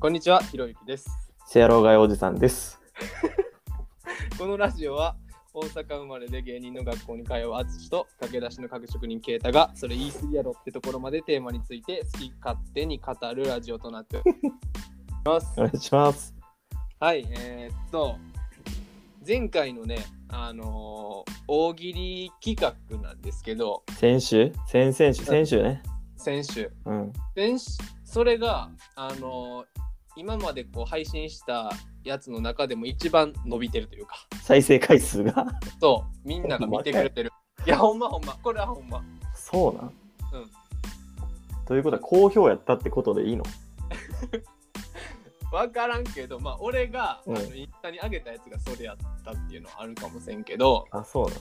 こんにちは、ひろゆきです。 せやろうがいおじさんです。このラジオは大阪生まれで芸人の学校に通う淳と駆け出しの家具職人啓太がそれ言い過ぎやろってところまでテーマについて好き勝手に語るラジオとなっております。お願いします。はい、えーっと、前回のね、あのー大喜利企画なんですけど、先週先々週先週ね。先週、うん。先週それが、あのー今までこう配信したやつの中でも一番伸びてるというか、再生回数が。そう、みんなが見てくれてる。いや、ほんまほんま、これはほんま。 そうなんうん。ということは、好評やったってことでいいのわからんけど、まあ、俺が、うんあのインスタに上げたやつがそれやったっていうのはあるかもしれんけど、あ、そうなん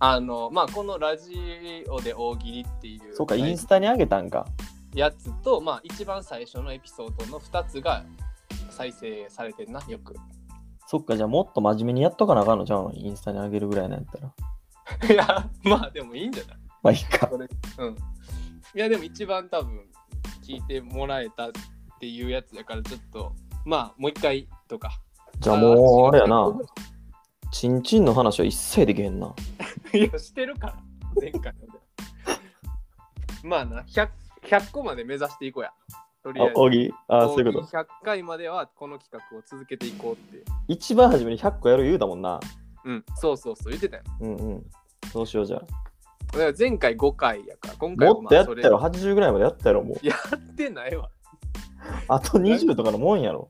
あの、まあ、このラジオで大喜利っていう、そうか、インスタに上げたんか。やつと、まあ、一番最初のエピソードの2つが再生されてんな、 よく。そっか、じゃあもっと真面目にやっとかなあかんのじゃん。インスタに上げるぐらいなんやったら。 いや、まあ、でもいいんじゃないまあいいか。これうん。いや、でも一番多分、聞いてもらえたっていうやつだから、ちょっと、まあ、もう一回とか。じゃあもう、あれやあなー。ちんちんの話は一切できへんな。いや、してるから、前回ので。まあな100、100個まで目指していこうや。とりああえ、ず。大喜利。あ、そういうこと。 100回まではこの企画を続けていこうって。一番初めに100個やる言うたもんな。うん、そうそうそう、言ってたよ。うんうん。そうしようじゃあ。だから前回5回やから、今回もはっまとやあっそたれやろ。80ぐらいまでやったやろ、もう。やってないわ。あと20とかのもんやろ。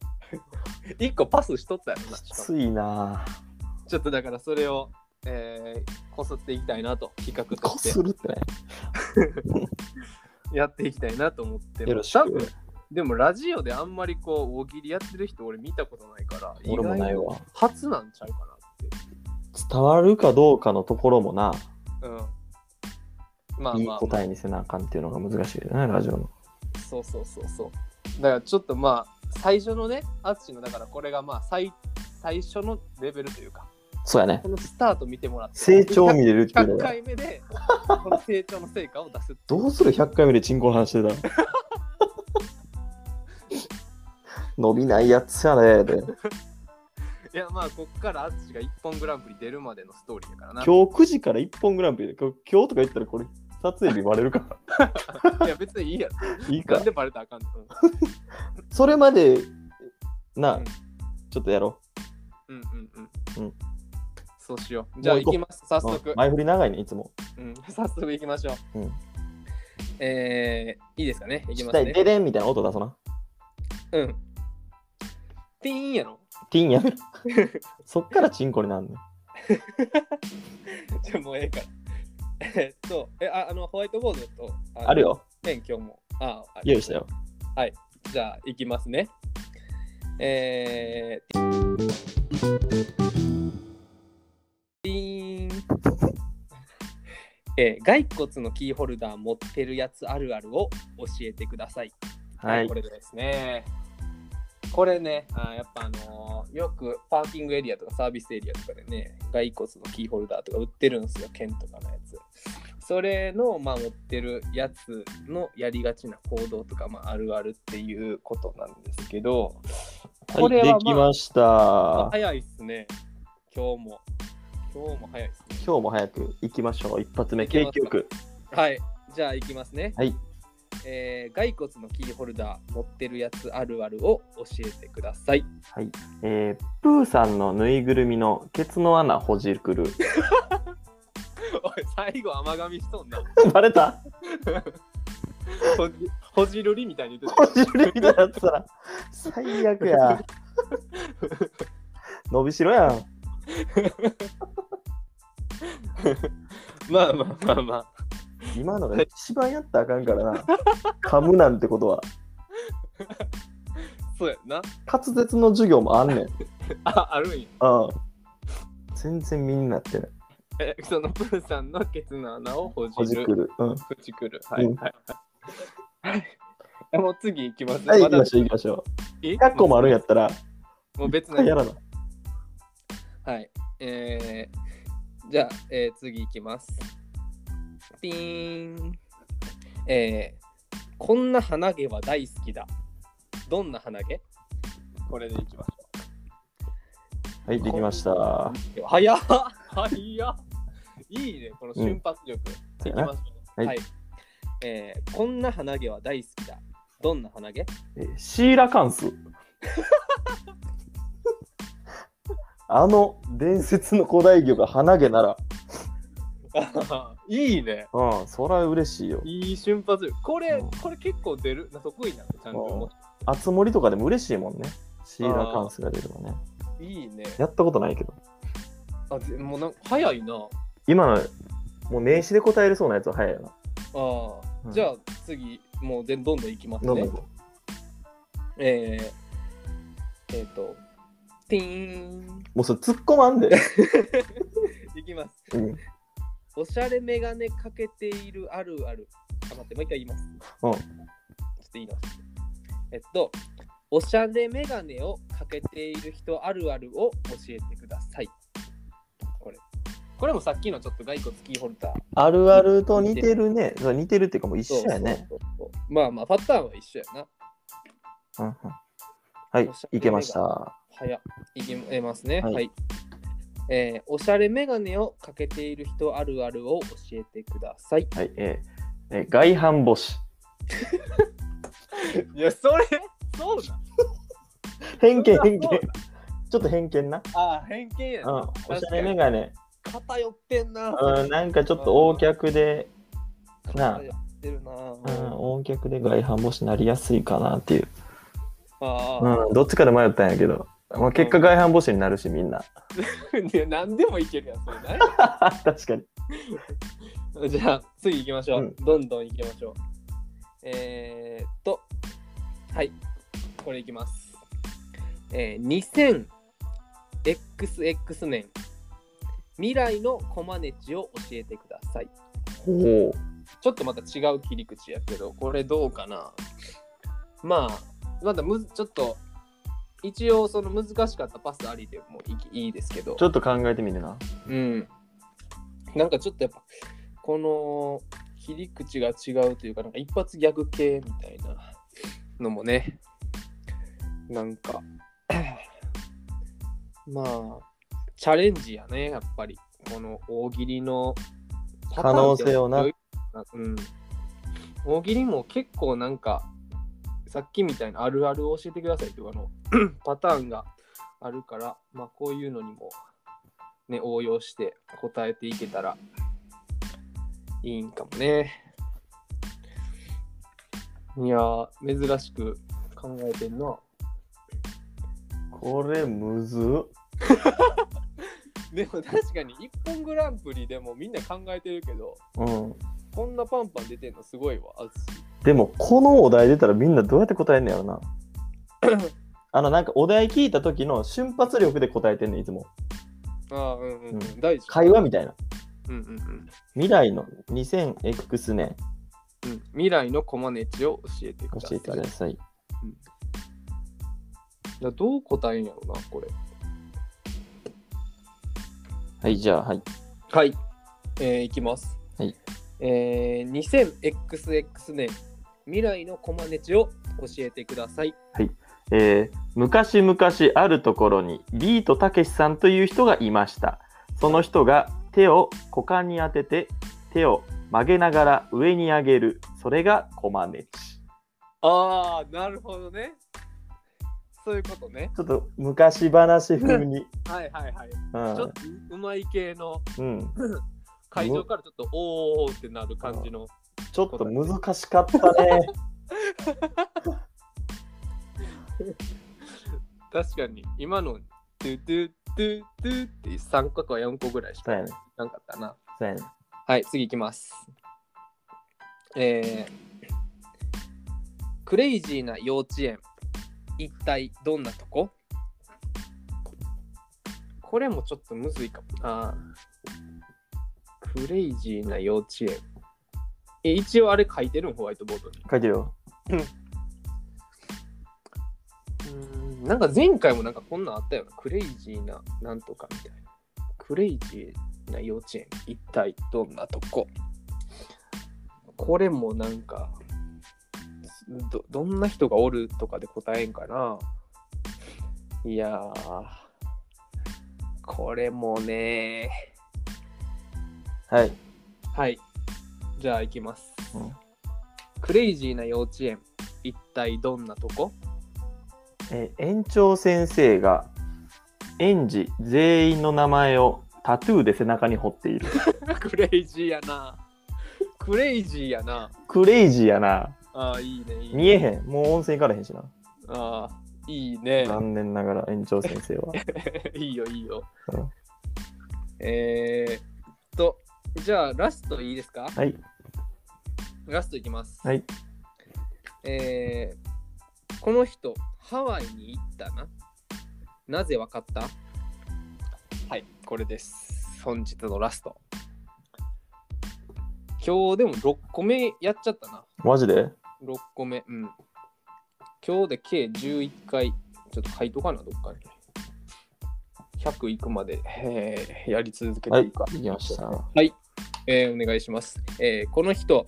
1個パスしとったやろな。きしかもついなぁ。ちょっとだからそれを、えーこすっていきたいなと、企画とこしてするってね。やっていきたいなと思ってますよろし多く分。でもラジオであんまりこう大喜利やってる人俺見たことないから、俺もないわ。初なんちゃうかなって。伝わるかどうかのところもな、うん。まあいいまあ、答えにせなあかんっていうのが難しいよね、ラジオの。そうそうそうそう。だからちょっとまあ、最初のね、アツシの、だからこれがまあ最、最初のレベルというか、そうやねこ。のスタート見てもらって、成長を見れるっていうの100が。回目で、この成長の成果を出す。どうする ?100 回目でチンコの話してたら伸びないやつやねで。いや、まあ、こっからアツシが一本グランプリ出るまでのストーリーだからな。今日9時から1本グランプリで、今日今日とか言ったらこれ、撮影日バレるか ら。いや、別にいいやろ。 いいなかん。でバレたらあかんのそれまで、なうあん、ちょっとやろうんうんうんううんん。そうしよう。じゃあ、もう行行こうきます。早う。う速ん。前振り長いね、いつも。うん、 早速行きましょう。うんえー、いいですかね行きまたすいね。デデンみたいな音出そうな。うん。ピーンやろ ティーンやめろ。そっからチンコになるの。じゃあもうええから。 えっと、え、ああの、ホワイトボードと、あのある。よ。ペン今日も。あ、あ用意したよ。じゃあ、行きますね。えー、ティーン。 えー、骸骨のキーホルダー持ってるやつあるあるを教えてください。はいこ。れですね。これね、あーやっぱあのーよくパーキングエリアとかサービスエリアとかでね、骸骨のキーホルダーとか売ってるんですよ、剣とかのやつ。それの、まあ、持ってるやつのやりがちな行動とか、まあ、あるあるっていうことなんですけど、はいこれはでまきあましあた。今早いっすね。今日も。今日も早いっすね。日も早く行きましょう。一発目、行きま景すか気よく。はい、じゃあ行きますね。はい。えー、骸骨のキーホルダー持ってるやつあるあるを教えてください。えー、プーさんのぬいぐるみのケツの穴ほじくる。 おい、最後甘噛みしとんな。バレたほじほじるりみたいに言ってほじるみたいになってたら。最悪 や。伸びしろやん。た。まあまあまあまあ。今のが一番やったらあかんからな。噛むなんてことは。そうやな。滑舌の授業もあんねん。うん。あ、あるんや。全然身になってない。え、そのプーさんのケツの穴をほじほじる。くる。うん。ほじくる。はい、うんはい はい。はい。もう次行きます。はい、行まきだましょう、行きましょえう。100個もあるんやったら、もう別はいなや。らな。はい。えー、じゃあ、えー、次行きます。ピーン。えー、こんな鼻毛は大好きだ。どんな鼻毛これでいきましょはい、できました。う。早っ早っいいね、この瞬発力。うんいきましょう。はいはい。えーこんな鼻毛は大好きだ。どんな鼻 毛えーシーラカン ス。あの伝説の古代魚が鼻毛なら、いいね。うん、そら嬉しいよ。いい瞬発力。これうん、これ結構出る。得意なの、ちゃんと思っあつ森とかでも嬉しいもんね。シーラカンスが出ればね。て。いいね。やったことないけど。あ、でもうなんか早いな。あ今の、もう名詞で答えれそうなやつは早いよな。あ、うんじゃあ次、もう全どんどんいきますどんどんね行。こえー、えっ、と、ティーン。うもうそれ突っ込まん で。いきます。うん。おしゃれメガネかけているあるある。あ、待って、もう一回言います。うんちょっと言います。えっと、おしゃれメガネをかけている人あるあるを教えてください。これ。これもさっきのちょっと骸骨キーホルダー。あるあると似てるね。そう似てるっていうかもう一緒やね。そうそうそうまあまあ、パターンは一緒やな。うんうんはいおしゃ、れいけました。早いきますね。は。はいいえーおしゃれメガネをかけている人あるあるを教えてください。はい、えーえー外反母趾。いや、それ、そうだ。偏見、そり 偏見。ゃちそうだょっと偏見な。ああ、偏見やうん、なおしゃれメガネ。偏ってんな。うん、なんかちょっと横脚で、なあ偏ってるな。うん、横脚で外反母趾なりやすいかなっていう。ああ、うん、どっちかで迷ったんやけど。まあ、結果外反母趾になるしみんな で何で もいけるやん、それ何 確かにや。じゃあ、次行きましょう。うどんどん行きましょう。えー、っと、はい、これいきます。えー、2000XX 年、未来のコマネチを教えてください。ほちょっとまた違う切り口やけど、これどうかな。まあ、まだむずちょっと、一応その難しかったパスありでもいいいいですけどうち、ょっと考えてみるなうん。なんかちょっとやっぱ、この切り口が違うというか、なんか一発ギャグ系みたいなのもね、なんか、 まあ、チャレンジやね、やっぱり。この大喜利のパターン可能性をなって強いうん。大喜利も結構なんか、さっきみたいなあるあるを教えてくださいというか、あの、 パターンがあるから、まあこういうのにも、ね、応用して答えていけたらいいんかもね。いやー、珍しく考えてんな。これむずっでも確かに一本グランプリでもみんな考えてるけど、うんこんなパンパン出てんのすごいわ、あでもこのお題出たらみんなどうやって答えんのやろ なあのなんかお題聞いた時の瞬発力で答えてんねんいつもあー、うんうん、う、うんん大丈夫。会話みたいなうんうんうん未来の 2000X 年うん。未来のコマネチを教えてくださ教い。えてくださいいやどう答えんやろな、これ。はいじゃあはいはい、えーいきます。はい。えー、2000XX 年、未来のコマネチを教えてください。えー昔々あるところにビートたけしさんという人がいましたその人が手を股間に当てて手を曲げながら上に上げるそれがコマネチああ、なるほどね。そういうことね。ちょっと昔話風に、はいはいはい。 うちょんっとうまい系のうん、会場からちょっとおーおーってなる感じの。ちょっと難しか ったね確かに今のドゥドゥドゥドゥって3個か4個ぐらいしそかうやねなかったな。そうやねはい、次いきます。えー、クレイジーな幼稚園、一体どんなとここれもちょっとむずいかもな。クレイジーな幼稚園。え一応あれ書いてるんホワイトボードに。書いてるようーんなんか前回もなんかこんなんあったよな。クレイジーななんとかみたいな。クレイジーな幼稚園、一体どんなとここれもなんか、どどんな人がおるとかで答えんかな。いやー、これもね、はい。はい。じゃあ行きます。うんクレイジーな幼稚園、一体どんなとこえー園長先生が園児全員の名前をタトゥーで背中に彫っている。 クレイジーやな。クレイジーやな。クレイジーやな。ああ、いいね、いいね。見えへん。もう温泉行かれへんしな。ああ、いいね。残念ながら園長先生は。いいよ、いいよ。うんえー、っと、じゃあラストいいですかはい。ラストいきます。はい。えー、この人、ハワイに行ったな。なぜわかったはい、これです。本日のラスト。今日でも6個目やっちゃったな。マジで6個目。うん。今日で計11回、ちょっと書いとかな、どっかに。100いくまで、えーやり続けはてい。いくか。行きました。ははい、えーお願いします、えーこの人、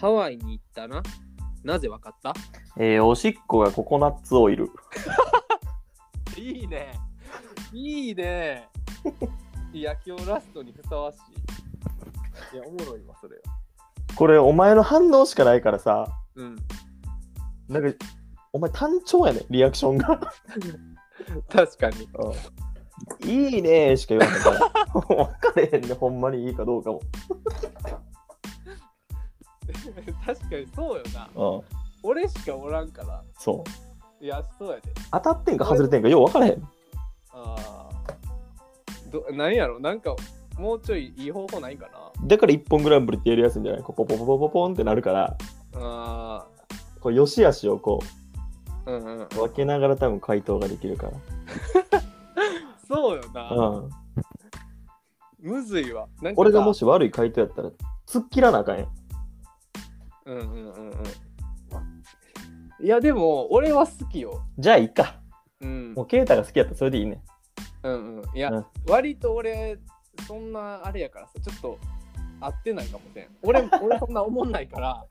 ハワイに行ったな。なぜわかったえーおしっこがココナッツオイル。いいね。いいね。 いや、今日ラストにふさわしい。いや、おもろいわ、それは。これ、お前の反応しかないからさ、うん。なんか、お前単調やねリアクションが。 確かに。いいねーしか言わない から。分かれへんね、ほんまにいいかどうかも。確かにそうよな。うん。俺しかおらんから。そう。いや、そうやで。当たってんか外れてんか、よう分からへん。あーどなんやろなんか、もうちょいいい方法ないんかなだから一本グランプリってやりやすいんじゃないこうポポポポポポンってなるから、あこう、よしあしをこーうんうん。う、分けながら多分回答ができるかそうよら。な。うん。むずいわ。なんかさ俺がも。し悪い回答やったら、突っ切らなあかんやん。うんうんうんうん。いや、でも、俺は好きよ。じゃあ、いいか。うんも。う、ケータが好きやったらそれでいいね。うんうん、いや、うん割と俺そんなあれやからさちょっと合ってないかもしれん俺俺そんな思んないから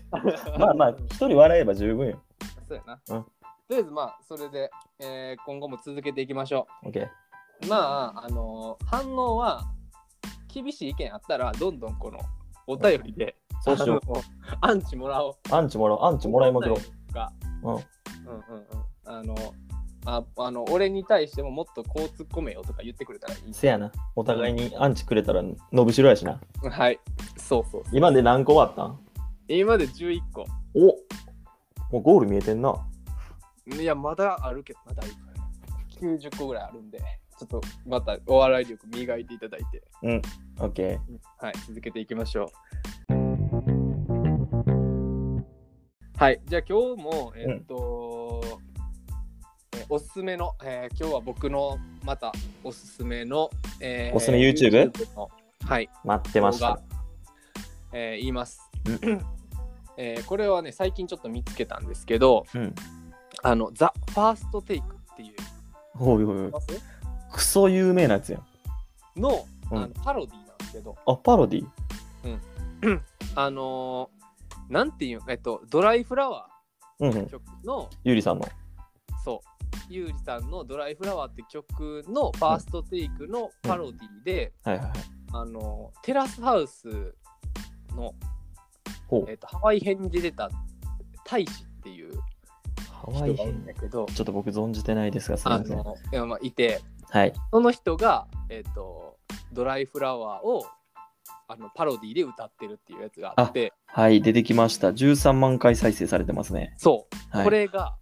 まあまあ、一人笑えば十分よ。 そうやな、うんとりあえずまあそれで、えー今後も続けていきましょ OK。うまああのー反応は厳しい意見あったらどんどんこのお便りでそうしよう。あのアンチもらおうアンチもらおう、アンチもらいまくろう。がうん。うんうんうんあのああの俺に対してももっとこう突っ込めよとか言ってくれたらいいせやな。お互いにアンチくれたら伸びしろやしな。はいそうそう今で何個終わったん今まで11個おもうゴール見えてんな。いや、まだあるけど、まだいいから。90個ぐらいあるんで、ちょっとまたお笑い力磨いていただいて、オッケはい、続けていきましょう。はい、じゃあ今日も、えっと、えおすすめの、えー今日は僕のまたおすすめの、えおすすめ YouTube？のはい、ー。待ってまし動た画。えー言います。えーこれはね、最近ちょっと見つけたんですけど、うん。あの、ザ・ファーストテイクっていう。おいおいおい。クソ有名なやつやん。の,、うんあのパロディなんですけど、あ、パロディあのーなんていうえっと、ドライフラワうんうーん。曲の、ゆりさんの。そう、ゆうりさんのドライフラワーって曲のファーストテイクのパロディで、はいはいはい。あのーテラスハウスの、ほえう。っと、ハワイ編に出た大使っていうハワ人イがいるん編だ。けど、ちょっと僕存じてないですが、すみあません。のいやまあ、いて、はい。その人が、えっと、ドライフラワーをあのパロディで歌ってるっていうやつがあって、はい、出てきました。13万回再生されてますね。そう、はこい。れが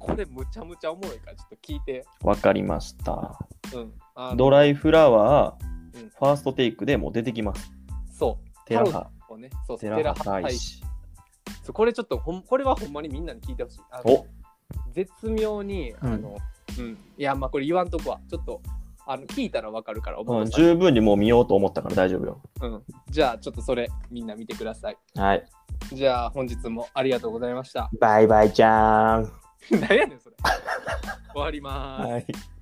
これむちゃむちゃおもろいからちょっと聞いて、わかりました。うん、あのドライフラワー、うんファーストテイクでもう出てきます。そうテラハ、こうねそうテテララハハ大大使。そうこれちょっとほんこれはほんまにみんなに聞いてほしいあのお絶妙にあの、うんいやまあこれ言わんとこはちょっとあの聞いたらわかるから思う、うんさい、十分にもう見ようと思ったから大丈夫よ。うん、じゃあちょっとそれみんな見てくださいはい。じゃあ本日もありがとうございました バイバイじゃーん。何やねんそれ終わりまーすはい。